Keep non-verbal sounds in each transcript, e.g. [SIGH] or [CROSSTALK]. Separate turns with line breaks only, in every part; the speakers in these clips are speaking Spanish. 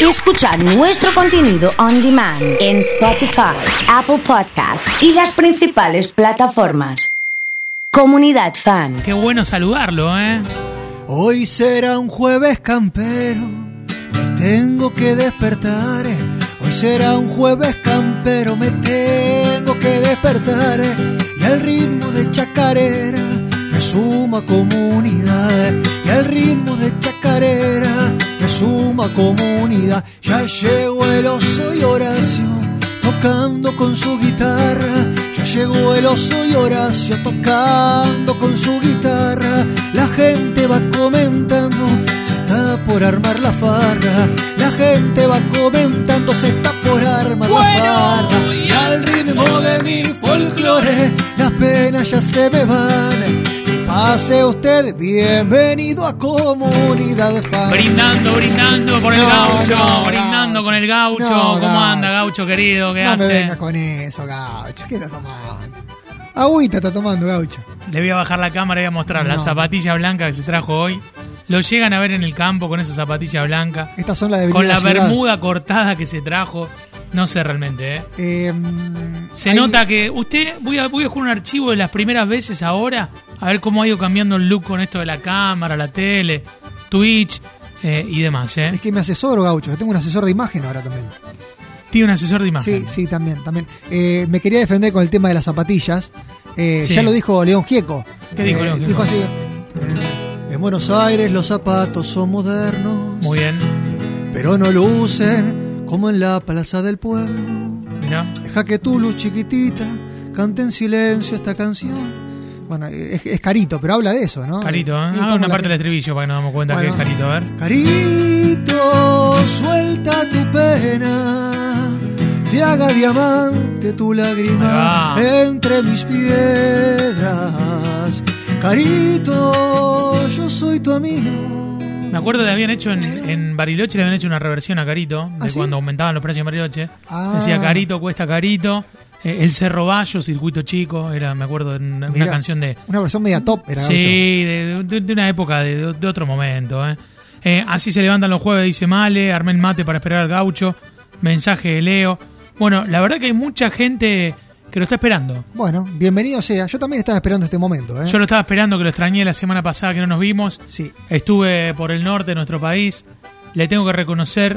y escuchar nuestro contenido on demand en Spotify, Apple Podcast y las principales plataformas. Comunidad Fan.
Qué bueno saludarlo, ¿eh?
Hoy será un jueves campero, me tengo que despertar. Hoy será un jueves campero, me tengo que despertar. Y al ritmo de chacarera me suma comunidad. Y al ritmo de chacarera me suma comunidad. Ya llegó el oso y Horacio tocando con su guitarra. Ya llegó el oso y Horacio tocando con su guitarra. La gente va comentando, se está por armar la farra. La gente va comentando, se está por armar la farra. Y al ritmo de mi folclore, las penas ya se me van. Y Pase usted, bienvenido a Comunidad Fan.
Brindando, brindando por el
No,
gaucho,
no,
brindando
gaucho.
con el gaucho.
No,
¿Cómo
gaucho.
anda, gaucho querido? ¿Qué
no
hace?
me vengas con eso, gaucho. ¿Qué está tomando? Agüita está tomando, gaucho.
Le voy a bajar la cámara y voy a mostrar la
No.
zapatilla blanca que se trajo hoy. Lo llegan a ver en el campo con esa zapatilla blanca,
Estas son las de
con la
Avenida Ciudad.
bermuda cortada que se trajo. No sé realmente, ¿eh?
Eh,
Se
hay-
nota que usted, voy a, voy a buscar un archivo de las primeras veces ahora, a ver cómo ha ido cambiando el look con esto de la cámara, la tele, Twitch eh, y demás, ¿eh?
Es que me asesoro, gaucho. Yo tengo un asesor de imagen ahora también.
Tiene un asesor de
Sí,
imagen.
sí, también, también. Eh, me quería defender con el tema de las zapatillas. Eh,
Sí.
Ya lo dijo León Gieco.
¿Qué dijo
Eh,
León Gieco?
Dijo así. eh, En Buenos Aires los zapatos son modernos,
Muy bien,
pero no lucen como en la plaza del pueblo.
mirá.
Deja que tu luz chiquitita cante en silencio esta canción. Bueno, es, es carito, pero habla de eso, ¿no?
Carito, ¿eh? Haga
Y cómo
una
la
parte del
gente-
estribillo para que nos damos cuenta
Bueno.
que es carito, a ver.
Carito, suelta tu pena, te haga diamante tu lágrima
Ahí va.
entre mis piedras. Carito, yo soy tu amigo.
Me acuerdo que habían hecho en, en Bariloche, le habían hecho una reversión a Carito, de
¿Ah, sí?
cuando aumentaban los precios en Bariloche.
Ah.
Decía Carito, cuesta Carito, eh, El Cerro Bayo, Circuito Chico, era, me acuerdo, en una, una
Mirá,
canción de...
Una versión media top, era Gaucho.
Sí, de, de- de una época, de, de otro momento. eh. Eh, así se levantan los jueves, dice Male, armé el mate para esperar al gaucho, mensaje de Leo. Bueno, la verdad que hay mucha gente que lo está esperando.
Bueno, bienvenido sea. Yo también estaba esperando este momento, ¿eh?
Yo lo estaba esperando, que lo extrañé la semana pasada que no nos vimos.
Sí.
Estuve por el norte de nuestro país. Le tengo que reconocer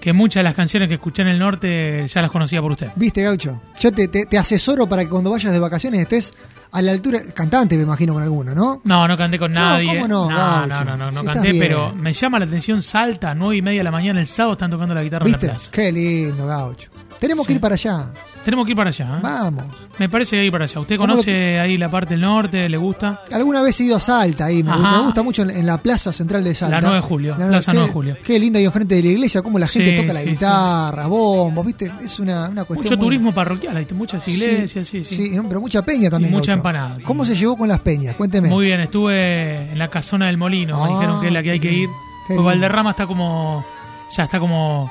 que muchas de las canciones que escuché en el norte ya las conocía por usted.
¿Viste, Gaucho? Yo te, te- te asesoro para que cuando vayas de vacaciones estés a la altura. Cantante, me imagino, con alguno, ¿no?
No, no canté con
No,
nadie.
¿cómo no,
no, no,
Gaucho?
no, no, no
Si estás
canté,
bien.
pero me llama la atención Salta, nueve y media de la mañana el sábado están tocando la guitarra en
¿Viste?
la plaza.
Qué lindo, Gaucho. Tenemos que ir para allá.
Tenemos que ir para allá. ¿eh?
Vamos.
Me parece que ir para allá. ¿Usted
¿Cómo lo
conoce ahí la parte del norte? ¿Le gusta?
Alguna vez he ido a Salta ahí. Me,
Ajá.
gusta, me gusta mucho en, en la plaza central de Salta.
La 9 de julio,
nueve-
plaza 9 de
qué-
julio.
Qué lindo ahí enfrente de la iglesia, cómo la gente
Sí,
toca la
sí,
guitarra, bombos, ¿viste? Es una, una cuestión.
Mucho
muy-
turismo parroquial, hay muchas
Sí,
iglesias, sí, sí.
no, pero mucha peña también.
Y mucha
Gaucho.
empanada.
¿Cómo se llevó con las peñas? Cuénteme.
Muy bien, estuve en la casona del molino, me
Ah,
dijeron que es la que hay que ir.
qué
Pues
lindo.
Valderrama está como. Ya está como.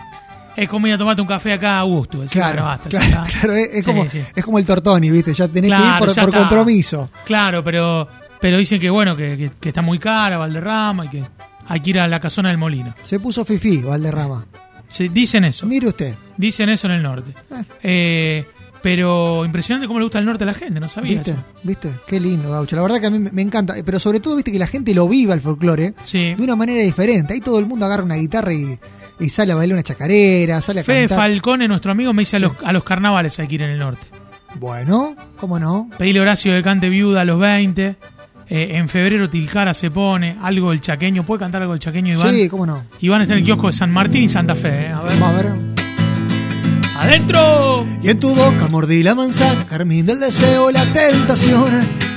Es como ir a tomarte un café acá a gusto. decir,
Claro,
bueno, basta, ya
claro,
está.
[LAUGHS] claro, es, es
Sí,
como,
sí.
es como el tortoni, ¿viste? Ya tenés que ir
Claro,
por,
ya
por
está.
compromiso.
Claro, pero. Pero dicen que bueno, que, que- que está muy cara Valderrama y que hay que ir a la casona del molino.
Se puso fifí, Valderrama.
Se, dicen eso,
Mire usted.
dicen eso en el norte.
Ah.
Eh, pero impresionante cómo le gusta el norte a la gente, no sabía.
¿Viste?
eso.
¿Viste? Qué lindo, Gaucho. La verdad que a mí me me encanta. Pero sobre todo, viste que la gente lo viva el folclore
Sí.
de una manera diferente. Ahí todo el mundo agarra una guitarra y, y sale a bailar una chacarera, sale a
Fede
cantar.
Falcone, nuestro amigo, me dice a, los, a los carnavales hay que ir en el norte.
Bueno, ¿cómo no?
Pedile a Horacio de Cante Viuda a los 20. eh, en febrero Tilcara se pone. Algo el chaqueño. ¿Puede cantar algo el chaqueño, Iván?
Sí, ¿cómo no?
Iván está en el kiosco de San Martín y Santa Fe. eh, A ver.
Vamos a ver.
¡Adentro!
Y en tu boca mordí la manzana, carmín del deseo, la tentación.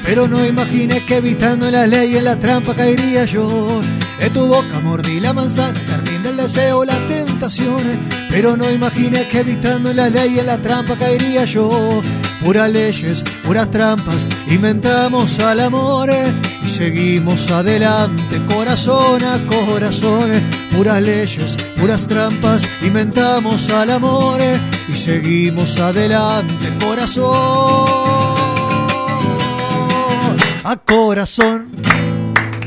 Pero no imaginé que evitando la ley en la trampa caería yo. En tu boca mordí la manzana, carmín del deseo, la tentación. Pero no imaginé que evitando la ley en la trampa caería yo. Puras leyes, puras trampas, inventamos al amor eh, y seguimos adelante, corazón a corazón. eh. Puras leyes, puras trampas, inventamos al amor eh, y seguimos adelante, corazón a corazón.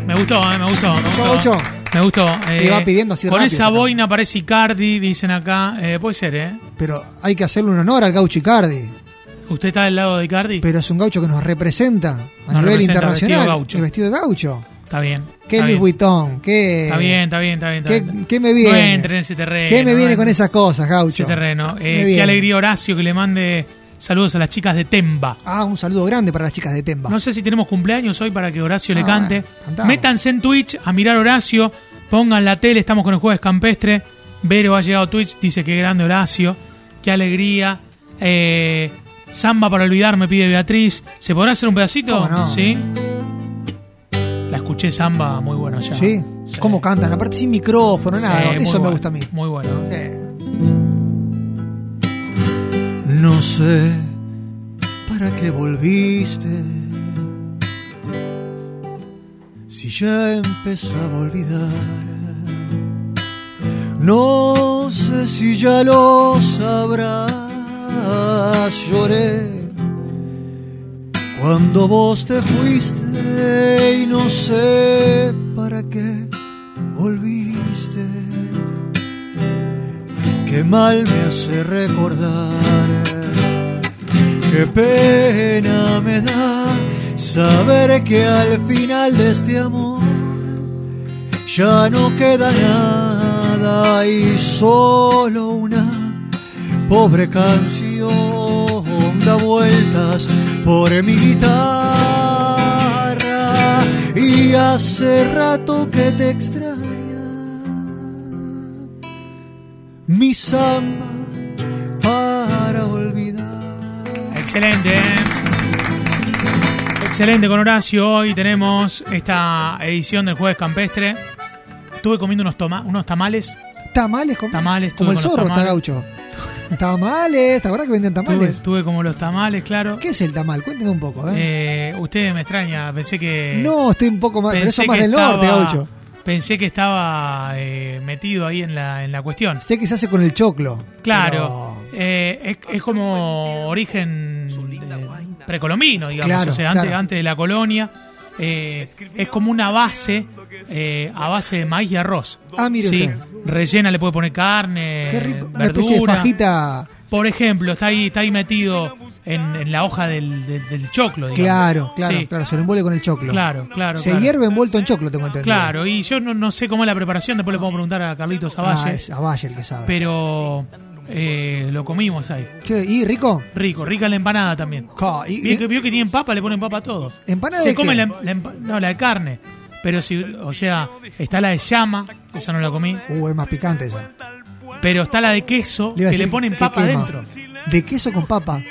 Me gustó, eh, me gustó. Me gustó.
Gaucho,
Me gustó. eh,
Y va pidiendo así
Con
rápido,
esa
sacando.
boina parece Icardi, dicen acá. Eh, puede ser, ¿eh?
Pero hay que hacerle un honor al gaucho Icardi.
¿Usted está del lado de Icardi?
Pero es un gaucho que nos representa a
Nos
nivel
representa
internacional.
vestido gaucho.
El vestido de gaucho.
está bien.
Qué
está
Luis
bien.
Vuitton. Qué,
Está bien, está bien, está bien. está
qué-
bien.
qué me viene.
No entre en ese terreno.
¿Qué me
no
viene
entre
con esas cosas,
Ese
gaucho?
terreno.
Me
Eh, qué
viene.
alegría Horacio que le mande saludos a las chicas de Temba.
Ah, un saludo grande para las chicas de Temba.
No sé si tenemos cumpleaños hoy para que Horacio
Ah,
le cante.
bueno, cantamos.
Métanse en Twitch a mirar Horacio. Pongan la tele, estamos con el jueves campestre. Vero ha llegado a Twitch, dice que grande Horacio. Qué alegría. Eh, Samba para olvidar, me pide Beatriz. ¿Se podrá hacer un pedacito?
¿Cómo no?
Sí. La escuché Samba, muy bueno ya.
¿Sí? ¿Cómo cantan? Aparte sin micrófono, nada.
Sí, muy
Eso me
bueno,
gusta a mí.
Muy bueno.
Eh. No sé para qué volviste. Si ya empezaba a olvidar. No sé si ya lo sabrás. Lloré cuando vos te fuiste y no sé para qué volviste. Qué mal me hace recordar, qué pena me da saber que al final de este amor ya no queda nada y solo una pobre canción da vueltas por mi guitarra y hace rato que te extraña mi samba para olvidar.
Excelente. Excelente con Horacio. Hoy tenemos esta edición del jueves campestre. Estuve comiendo unos, toma- unos tamales.
Tamales, como,
Tamales,
como
tuve
el
con los
zorro está
tamales.
gaucho. Tamales, ¿te acuerdas que venden
Tuve,
tamales?
tuve como los tamales, claro.
¿Qué es el tamal? Cuénteme un poco, ¿eh?
Eh, usted me extraña. Pensé que.
no, estoy un poco más, pero
pensé
eso es más
que
del norte,
estaba-
gaucho.
Pensé que estaba eh, metido ahí en la, en la cuestión.
Sé que se hace con el choclo.
Claro.
pero-
eh, es, es como origen eh, precolombino, digamos.
Claro,
o sea, antes,
claro.
antes de la colonia. eh, es como una base eh, a base de maíz y arroz.
Ah, mire
Sí,
usted.
rellena, le puede poner carne,
Qué rico. Una especie de
verdura.
fajita.
Por ejemplo, está ahí, está ahí metido en, en la hoja del, del- del choclo, digamos.
Claro, claro,
Sí,
claro. Se lo envuelve con el choclo.
claro, claro,
Se
claro.
hierve envuelto en choclo, tengo entendido.
Claro, y yo no, no sé cómo es la preparación, después le puedo preguntar a Carlitos Avalle,
Ah, es Avalle el que sabe.
pero eh, lo comimos ahí.
Che, ¿Y rico?
Rico, rica la empanada también.
Co- y-
Vio que,
y-
vio que tienen papa, le ponen papa a todos.
¿Empanada
Se
de
come
qué?
la, em- la empa- no, la de carne. Pero si, o sea, está la de llama, esa no la comí.
Uh, es más picante esa.
Pero está la de queso,
iba a
que le
decir
ponen
que
papa
quema.
adentro.
De queso con papa.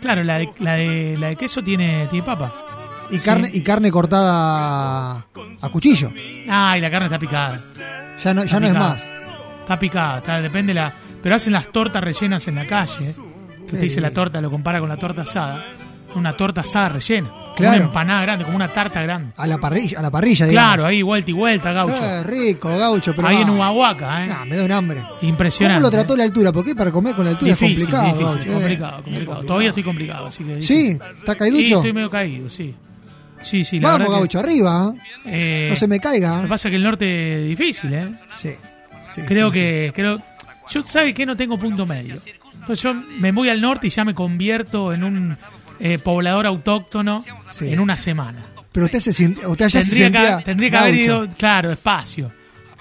Claro, la de, la de, la de queso tiene, tiene papa.
Y carne, y carne cortada a cuchillo.
Ah, y la carne está picada.
Ya no, ya
Está
no es
picada.
más.
Está picada, está- depende la. Pero hacen las tortas rellenas en la calle. ¿eh? Que usted dice la torta, lo compara con la torta asada. Una torta asada rellena. como
Claro.
Una empanada grande, como una tarta grande.
A la parrilla, a la parrilla digamos.
Claro, ahí vuelta y vuelta, gaucho.
Qué rico, gaucho. Pero
ahí
va.
en Humahuaca, ¿eh?
Ah, me da un hambre.
Impresionante. ¿eh?
¿Cómo lo trató la altura? Porque para comer con la altura
difícil,
es complicado,
difícil,
gaucho. Eh.
complicado, complicado. Todavía estoy complicado, así que.
Sí, está
Y
caiducho.
estoy medio caído, sí. Sí, sí, la
Vamos,
verdad que,
gaucho, arriba. ¿eh?
eh,
No se me
Lo que
caiga.
pasa es que el norte es difícil, ¿eh?
Sí. sí,
Creo
sí,
que. creo Yo, ¿sabe que No tengo punto medio. Entonces yo me voy al norte y ya me convierto en un eh, poblador autóctono
Sí.
en una semana.
sí. Pero usted se sintió. Usted allá se
Tendría que,
sentía
haber- tendría que haber
gaucho.
ido, claro, espacio.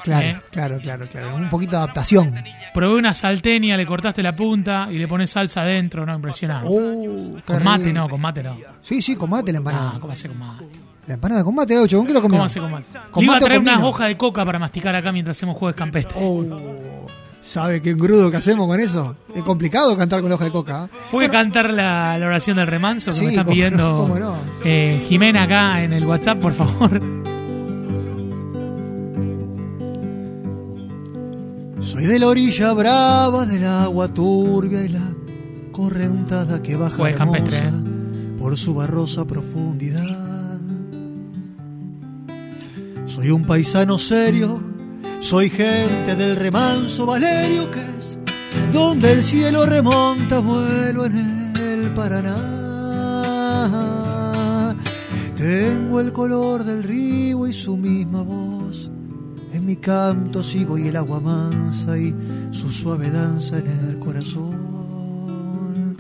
Claro,
¿eh?
claro, claro, claro. Un poquito de adaptación.
Probé una salteña, le cortaste la punta y le pones salsa adentro, no, impresionante.
Oh, qué
Uh, con mate
rico.
no, con mate no.
Sí, sí, con mate la
Ah,
empanada.
¿cómo hace con mate?
La empanada con mate, gaucho. ¿Con qué lo comió?
¿Cómo hace con mate?
¿Con
Le iba a
mate o
traer
con
unas
vino?
hojas de coca para masticar acá mientras hacemos jueves campestre.
Oh, ¿sabe qué engrudo que hacemos con eso? Es complicado cantar con hoja de coca. ¿eh?
¿Puede cantar la, la oración del remanso que
Sí,
me están
cómo
pidiendo
no, cómo no.
eh, Jimena acá en el WhatsApp, por favor? [LAUGHS]
Soy de la orilla brava del agua turbia y la correntada que baja
Juez campestre,
hermosa por su barrosa profundidad. Soy un paisano serio, soy gente del remanso Valerio que es donde el cielo remonta vuelo en el Paraná. Tengo el color del río y su misma voz en En mi canto sigo y el agua mansa y su suave danza en el corazón.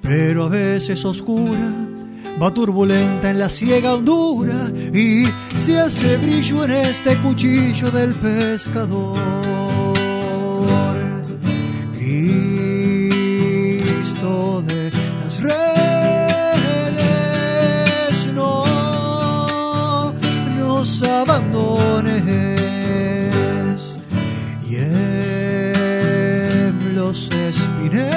Pero a veces oscura, va turbulenta en la ciega hondura y se hace brillo en este cuchillo del pescador. Cristo de las redes, no nos abandones y en los espineles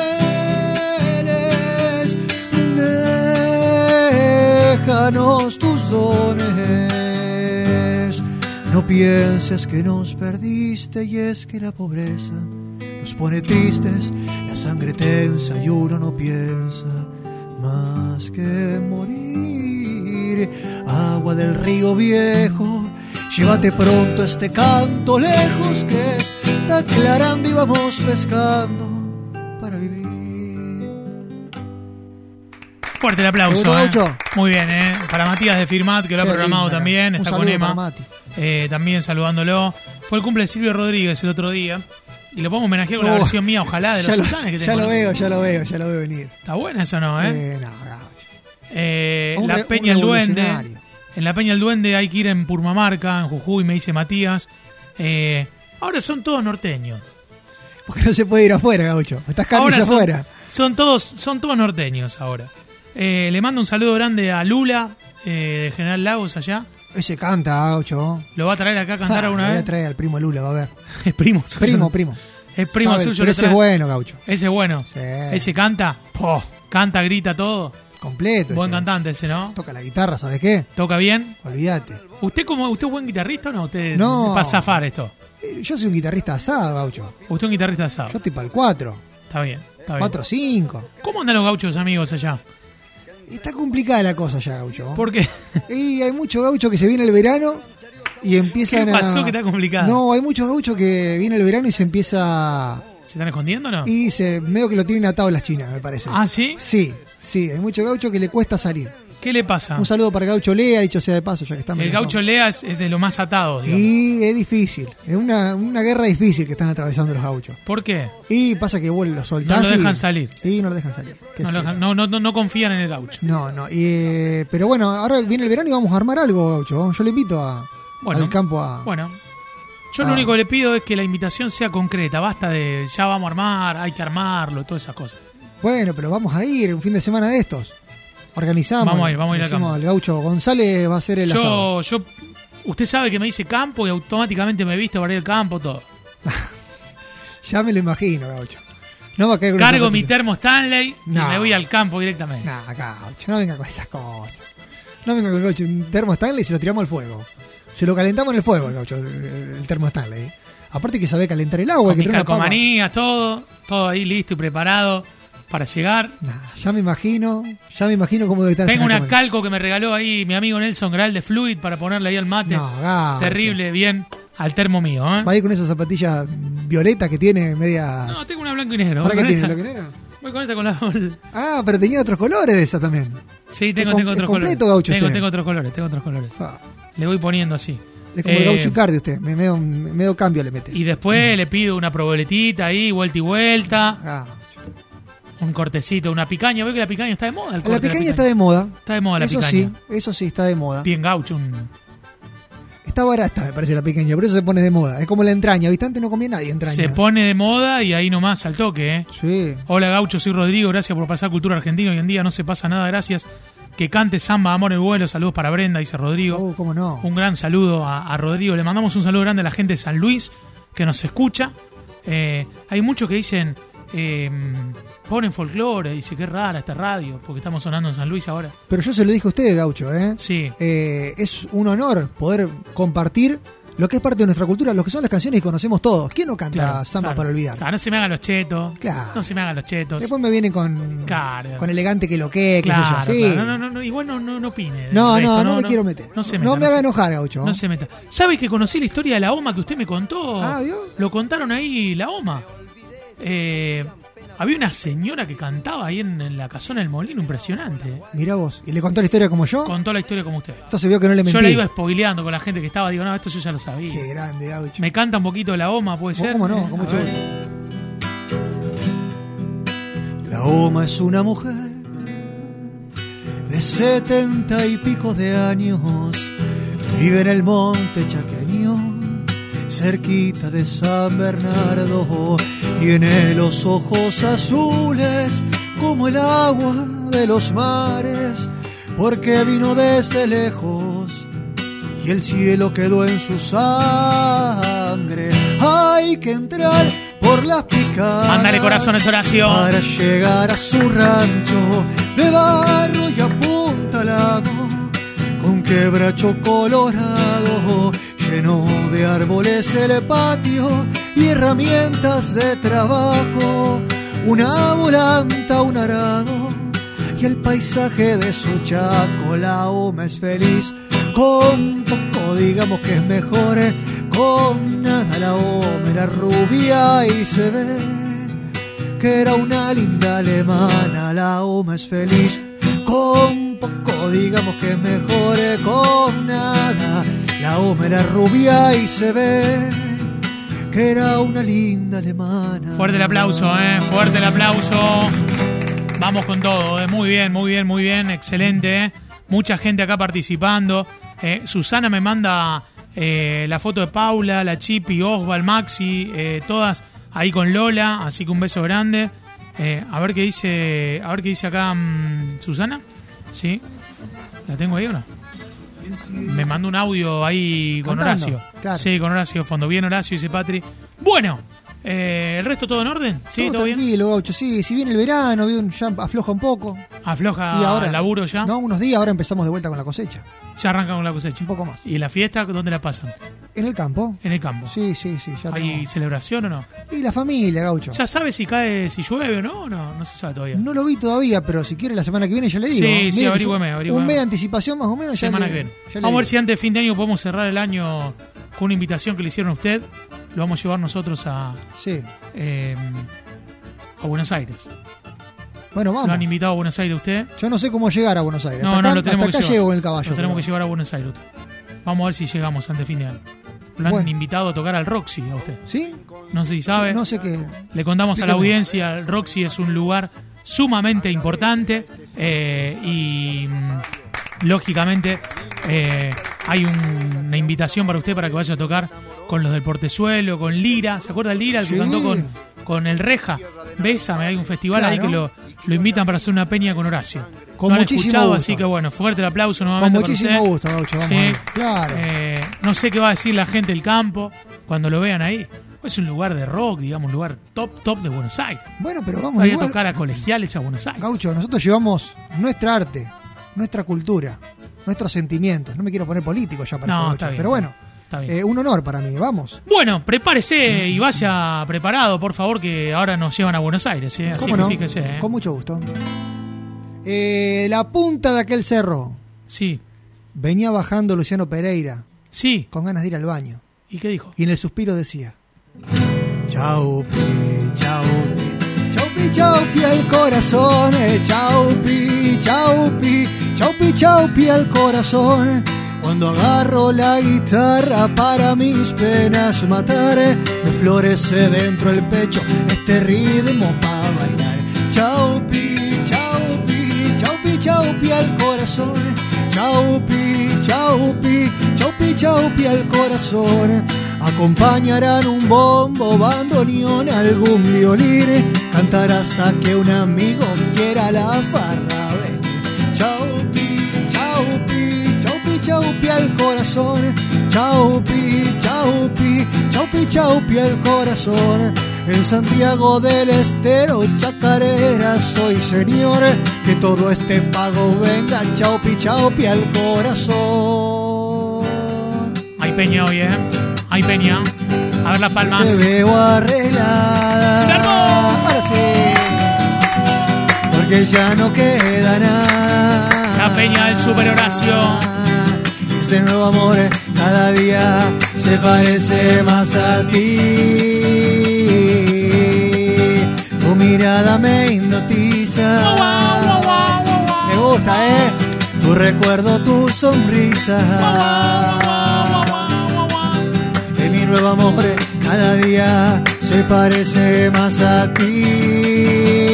déjanos tus dones. No pienses que nos perdiste y es que la pobreza nos pone tristes, la sangre tensa y uno no piensa más que morir. Agua del río viejo, llévate pronto este canto lejos que está aclarando y vamos pescando para vivir.
Fuerte el aplauso.
Seguro,
eh.
Gaucho.
Muy bien, ¿eh? Para Matías de Firmat, que lo ha
Qué
programado
lindo,
también.
un
está
saludo
con Emma.
para Mati.
Eh, también saludándolo. Fue el cumple de Silvio Rodríguez el otro día. Y lo podemos homenajear con la
Oh,
versión mía, ojalá, de
[LAUGHS] ya
los
lo,
planes que
ya
tengo.
lo veo, ya lo veo, ya lo veo venir.
Está buena esa, ¿no? Eh?
Eh, no, Gaucho.
Eh,
Un re-
la
un
Peña el Duende.
revolucionario.
En la Peña el Duende hay que ir en Purmamarca, en Jujuy, me dice Matías. Eh, ahora son todos norteños.
Porque no se puede ir afuera, gaucho. Estás carnes
ahora son,
afuera.
son todos, son todos norteños ahora. Eh, le mando un saludo grande a Lula, eh, de General Lagos allá.
Ese canta, gaucho.
Lo va a traer acá a cantar
Ah,
alguna
lo voy a
vez.
traer al primo Lula, va a ver.
[LAUGHS] Es primo suyo.
Primo, primo.
Es [LAUGHS] primo
Sabe,
suyo.
Pero
lo
ese es
trae.
bueno, gaucho.
Ese es bueno.
Sí.
Ese canta. po, Canta, grita todo.
Completo.
Buen
ese.
cantante ese, ¿no?
Toca la guitarra, ¿sabes qué?
Toca bien.
Olvídate.
¿Usted como usted es buen guitarrista o no? Usted
No.
para zafar esto.
Eh, Yo soy un guitarrista asado, gaucho.
Usted es un guitarrista asado.
Yo estoy para el 4,
Está bien. Está bien.
4, 5.
¿Cómo andan los gauchos amigos allá?
Está complicada la cosa ya, gaucho.
[LAUGHS] Porque
Y hay mucho gaucho que se viene el verano y empiezan
¿Qué pasó
a.
que está complicado?
No, hay muchos gauchos que viene el verano y se empieza.
¿se están escondiendo o no?
Y se, medio que lo tienen atado las chinas, me parece.
¿Ah, sí?
Sí, sí, hay mucho gaucho que le cuesta salir.
¿Qué le pasa?
Un saludo para Gaucho Lea, dicho sea de paso, ya que estamos.
Ah. El
¿no?
gaucho Lea es, es de lo más atado, digamos.
Y es difícil, es una, una guerra difícil que están atravesando los gauchos.
¿Por qué?
Y pasa que vos los soltás.
No lo
y-
dejan salir.
Y no lo dejan salir. qué
No,
sé
lo-
yo.
no, no, no- no confían en el gaucho.
No, no. y, eh, pero bueno, ahora viene el verano y vamos a armar algo, gaucho. Yo le invito a,
Bueno.
al campo a.
Bueno, yo lo
Ah.
único que le pido es que la invitación sea concreta. Basta de ya vamos a armar, hay que armarlo, todas esas cosas.
Bueno, pero vamos a ir un fin de semana de estos. Organizamos.
Vamos a ir, vamos a ir al
decimos
campo.
al gaucho González va a ser el asado.
Yo, yo, usted sabe que me dice campo y automáticamente me viste para ir al campo, todo.
Ya me lo imagino, gaucho. No va a caer con
Cargo
esa
mi
patita.
termo Stanley
No.
y me voy al campo directamente.
No, gaucho, no venga con esas cosas. No venga con el gaucho. Un termo Stanley se lo tiramos al fuego. Se lo calentamos en el fuego, el gaucho, el el termo Stanley. Aparte que sabe calentar el agua.
Con
que
mis
tiene una pava.
calcomanías, todo, todo ahí listo y preparado para llegar.
Nah, ya me imagino, ya me imagino cómo debe estar.
Tengo
esa
una
calcomanía.
calco que me regaló ahí mi amigo Nelson Gral de Fluid para ponerle ahí al mate.
No, gaucho.
Terrible, bien, al termo mío. ¿eh?
Va a ir con esas zapatillas violetas que tiene, media.
No, tengo una blanco y negro.
¿Para
Voy
qué
con esta-
tiene? ¿Lo que no era?
Voy con esta con la...
Ah, pero tenía otros colores de esa también.
Sí, tengo,
Es
tengo
com-
otros
es completo,
colores.
gaucho,
tengo,
usted.
tengo otros colores, tengo otros colores.
Ah,
Le voy poniendo así.
Es como
Eh,
el gaucho Icardi usted, me medio, me medio cambio le mete.
Y
Mm.
después le pido una proboletita ahí, vuelta y vuelta,
Ah.
un cortecito, una picaña. Veo que la picaña está de moda. El corte
La
de
picaña está de moda.
Está de moda la
eso
picaña.
sí, eso sí, está de moda.
Bien gaucho. un-
Está barata, me parece la picaña, por eso se pone de moda. Es como la entraña, ¿viste? Antes no comía nadie entraña.
Se pone de moda y ahí nomás al toque, ¿eh?
Sí.
Hola gaucho, soy Rodrigo, gracias por pasar cultura argentina. Hoy en día no se pasa nada, gracias. Que cante samba, amor y vuelo. Saludos para Brenda, dice Rodrigo.
Oh, cómo no.
Un gran saludo a, a Rodrigo. Le mandamos un saludo grande a la gente de San Luis que nos escucha. Eh, hay muchos que dicen, eh, ponen folclore, dice, qué rara esta radio, porque estamos sonando en San Luis ahora.
Pero yo se lo dije a usted, gaucho, ¿eh?
Sí,
Eh, es un honor poder compartir lo que es parte de nuestra cultura, lo que son las canciones que conocemos todos. ¿Quién no canta
claro.
samba
claro.
para olvidar?
Claro, no se me hagan los chetos.
Claro.
No se me hagan los chetos.
Después me vienen con,
Claro.
con elegante que lo que, qué
claro,
sé yo. Sí.
claro. No, no, no, igual no, no, Eh, no opine. del
No,
resto,
no, no me quiero meter.
No se
No
meta,
me haga
se-
enojar, gaucho.
No se meta. ¿Sabes que conocí la historia de la OMA que usted me contó?
Ah, ¿vio?
Lo contaron ahí la OMA. Eh, Había una señora que cantaba ahí en, en la casona del molino, impresionante.
Mirá vos. ¿Y le contó la historia como yo?
Contó la historia como usted.
Entonces vio que no le mentí.
Yo la iba spoileando con la gente que estaba, digo, no, esto yo ya lo sabía.
Qué grande, Gaucho.
Me canta un poquito la OMA, puede
¿Vos
ser.
¿Cómo
Eh,
no? Con
a
mucho
ver.
gusto. La Oma es una mujer de setenta y pico de años. Vive en el monte chaqueño, cerquita de San Bernardo. Tiene los ojos azules como el agua de los mares, porque vino desde lejos y el cielo quedó en su sangre. Hay que entrar por las picadas.
Mándale corazones, Horacio.
Para llegar a su rancho de barro y apuntalado, con quebracho colorado, lleno de árboles el patio y herramientas de trabajo. Una volanta, un arado, y el paisaje de su chaco la Oma es feliz con poco digamos que es mejor eh, con nada la Oma era rubia y se ve que era una linda alemana la Oma es feliz con poco digamos que es mejor eh, con nada la Oma era rubia y se ve que era una linda alemana
Fuerte el aplauso, eh. Fuerte el aplauso. Vamos con todo, eh. Muy bien, muy bien, muy bien. Excelente, eh. Mucha gente acá participando. Eh, Susana me manda eh, la foto de Paula, la Chipi, Osval, Maxi, eh, todas ahí con Lola. Así que un beso grande. Eh, a ver qué dice. A ver qué dice acá mm, Susana. Sí. ¿La tengo ahí o no? Me mandó un audio ahí con
Contando,
Horacio.
claro.
Sí, con Horacio de fondo. Bien, Horacio, dice Patri. Bueno, eh, ¿el resto todo en orden? Sí, todo,
todo
bien.
tranquilo, Gaucho. Sí, si viene el verano, bien, ya afloja un poco.
Afloja
y ahora
el laburo ya.
No, unos días, ahora empezamos de vuelta con la cosecha.
Ya arranca con la cosecha.
Un poco más.
¿Y la fiesta dónde la pasan?
En el campo.
En el campo.
Sí, sí, sí, ya
¿Hay
tenemos.
celebración o no?
Y la familia, Gaucho.
¿Ya sabes si cae, si llueve o no? No, no se sabe todavía.
No lo vi todavía, pero si quiere la semana que viene ya le digo.
Sí,
Mire
sí,
que yo-
averígüeme, averígüeme.
Un mes de anticipación más o menos. ya
Semana
le-
que viene.
ya le
Vamos a ver
digo.
si antes de fin de año podemos cerrar el año con una invitación que le hicieron a usted. Lo vamos a llevar nosotros a,
Sí.
eh, a Buenos Aires.
Bueno,
Lo han
vamos.
invitado a Buenos Aires a usted.
Yo no sé cómo llegar a Buenos Aires.
No,
hasta
no,
acá,
lo tenemos
hasta
que
acá
llevar.
llego en el caballo.
Lo tenemos que
pero-
llevar a Buenos Aires. Vamos a ver si llegamos antes de fin de año. Lo han
Bueno.
invitado a tocar al Roxy a usted.
¿Sí?
No sé si sabe.
No sé qué.
Le contamos a la
Dígame.
audiencia, el Roxy es un lugar sumamente importante eh, y mm, lógicamente eh, hay un- una invitación para usted para que vaya a tocar con los del Portezuelo, con Lira. ¿Se acuerda Lira, el que
Sí.
cantó con, con el Reja? Bésame, hay un festival ahí que lo,
Claro.
lo invitan para hacer una peña con Horacio.
Con
Lo han
muchísimo
escuchado,
gusto.
así que bueno, fuerte el aplauso
Con
nuevamente para
muchísimo
usted.
gusto, Gaucho. Vamos
Sí.
a ver. Claro.
Eh, no sé qué va a decir la gente del campo cuando lo vean ahí. Es un lugar de rock, digamos, un lugar top, top de Buenos Aires.
bueno, pero vamos
Voy a
igual.
tocar a colegiales a Buenos Aires.
Gaucho, nosotros llevamos nuestra arte, nuestra cultura, nuestros sentimientos. No me quiero poner político ya para
No,
Gaucho,
está bien.
pero bueno,
Está bien.
eh, un honor para mí. Vamos.
Bueno, prepárese y vaya preparado, por favor, que ahora nos llevan a Buenos Aires. ¿eh? Así
¿Cómo
que
no?
fíjese. ¿eh?
Con mucho gusto. Eh, la punta de aquel cerro
Sí,
venía bajando Luciano Pereira
sí.
con ganas de ir al baño
¿Y qué dijo?
y en el suspiro decía: Chau, pi, chau, pi, chau, pi, chau, pi al corazón, eh, chau, pi, chau, pi, chau, pi, chau, pi al corazón. Cuando agarro la guitarra para mis penas matar, eh, me florece dentro el pecho este ritmo para bailar. Chau, pi, chau, pi, chau, pi, chau, pi al corazón. Chau, pi, chau, pi, chau, pi, chau, pi al corazón. Acompañarán un bombo, bandoneón, algún violín. Cantar hasta que un amigo quiera la farra venir. Chau, pi, chau, pi, chau, pi, chau, pi al corazón. Chau, pi, chau, pi, chau, pi, chau, pi al corazón. En Santiago del Estero, chacarera, soy señor. Que todo este pago venga, chau, pi, chau, pi al corazón.
Hay peña hoy, ¿eh? Hay peña. A ver las
Te
palmas.
veo arreglada.
¡Se armó!
Ahora sí. Porque ya no queda nada.
La peña del Super Horacio.
Y Este nuevo amor cada día se parece más a ti. Tu mirada mirada me hipnotiza. Me gusta, eh. Tu recuerdo, tu sonrisa. De mi nuevo amor, cada día se parece más a ti.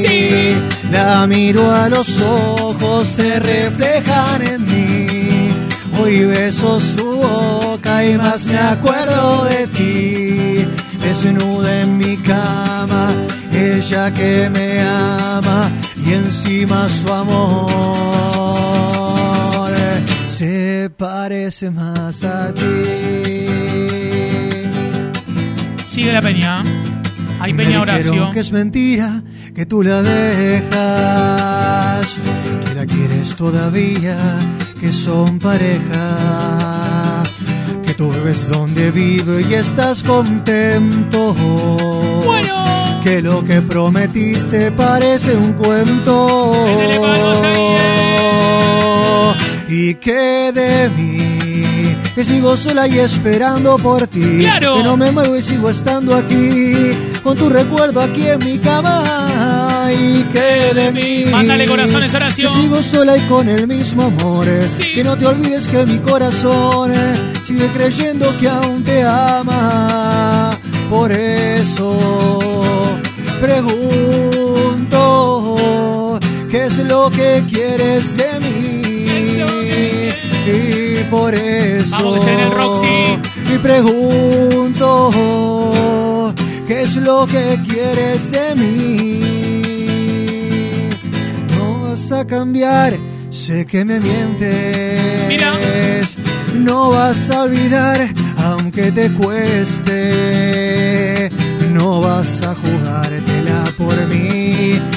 Sí.
La miro a los ojos, se reflejan en mí. Hoy beso su boca y más me acuerdo de ti. Desnuda en mi cama, ella que me ama y encima su amor se parece más a ti.
Sigue la peña. Hay
Me
peña
dijeron
Horacio.
que es mentira, que tú la dejas, que la quieres todavía, que son pareja, que tú ves donde vive y estás contento.
Bueno.
Que lo que prometiste parece un cuento.
Métele palmas ahí, eh.
Y que de mí, que sigo sola y esperando por ti.
¡Claro!
Que no me muevo y sigo estando aquí, con tu recuerdo aquí en mi cama. Y que de mí,
Mándale corazones, Horacio.
Que sigo sola y con el mismo amor.
Sí.
Que no te olvides que mi corazón eh, sigue creyendo que aún te ama. Por eso pregunto, ¿qué es lo que quieres de mí?
¿Qué es lo que
Y por eso
Vamos, que se viene el Roxy.
y pregunto qué es lo que quieres de mí. No vas a cambiar, sé que me mientes.
Mira.
No vas a olvidar, aunque te cueste. No vas a jugártela por mí.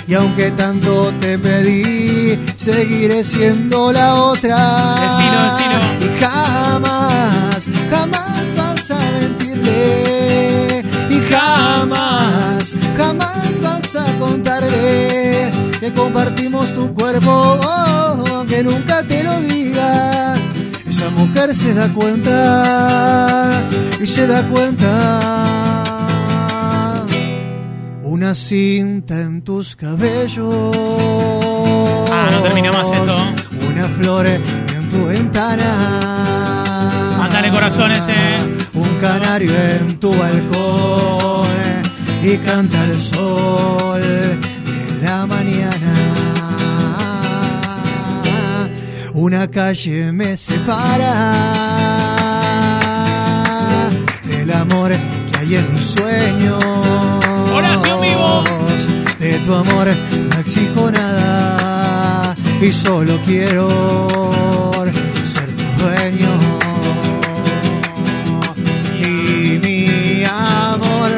Y aunque tanto te pedí, seguiré siendo la otra.
Decilo, decilo.
Y jamás, jamás vas a mentirle. Y jamás, jamás vas a contarle que compartimos tu cuerpo, oh, aunque nunca te lo diga. Esa mujer se da cuenta y se da cuenta. Una cinta en tus cabellos.
Ah, no termina más esto.
Una flor en tu ventana.
Mándale corazones, eh.
Un canario en tu balcón. Y canta el sol de la mañana. Una calle me separa del amor que hay en mis sueños.
Horacio Vivo.
De tu amor no exijo nada y solo quiero ser tu dueño. Y mi amor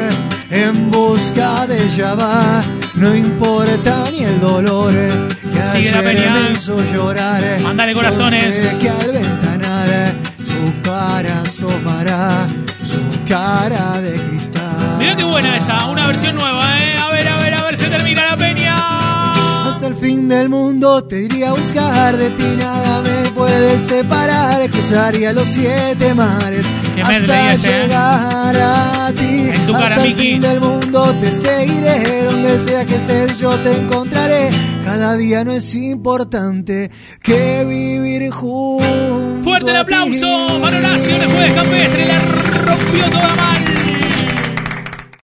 en busca de ella va, no importa ni el dolor que
Sigue la
ayer
pelea.
me hizo llorar.
Mándale
Yo
corazones.
sé que al ventanal su cara asomará, su cara de cristal.
Mirá qué buena esa, una versión nueva, ¿eh? A ver, a ver, a ver, se termina la peña.
Hasta el fin del mundo te iría a buscar, de ti nada me puede separar, cruzaría los siete mares
Qué medley
hasta
este, ¿eh?
llegar a ti.
En tu cara,
Hasta el
Miki.
fin del mundo te seguiré, donde sea que estés yo te encontraré. Cada día no es importante que vivir juntos.
Fuerte el aplauso para Horacio en el jueves campestre, la rompió toda mal.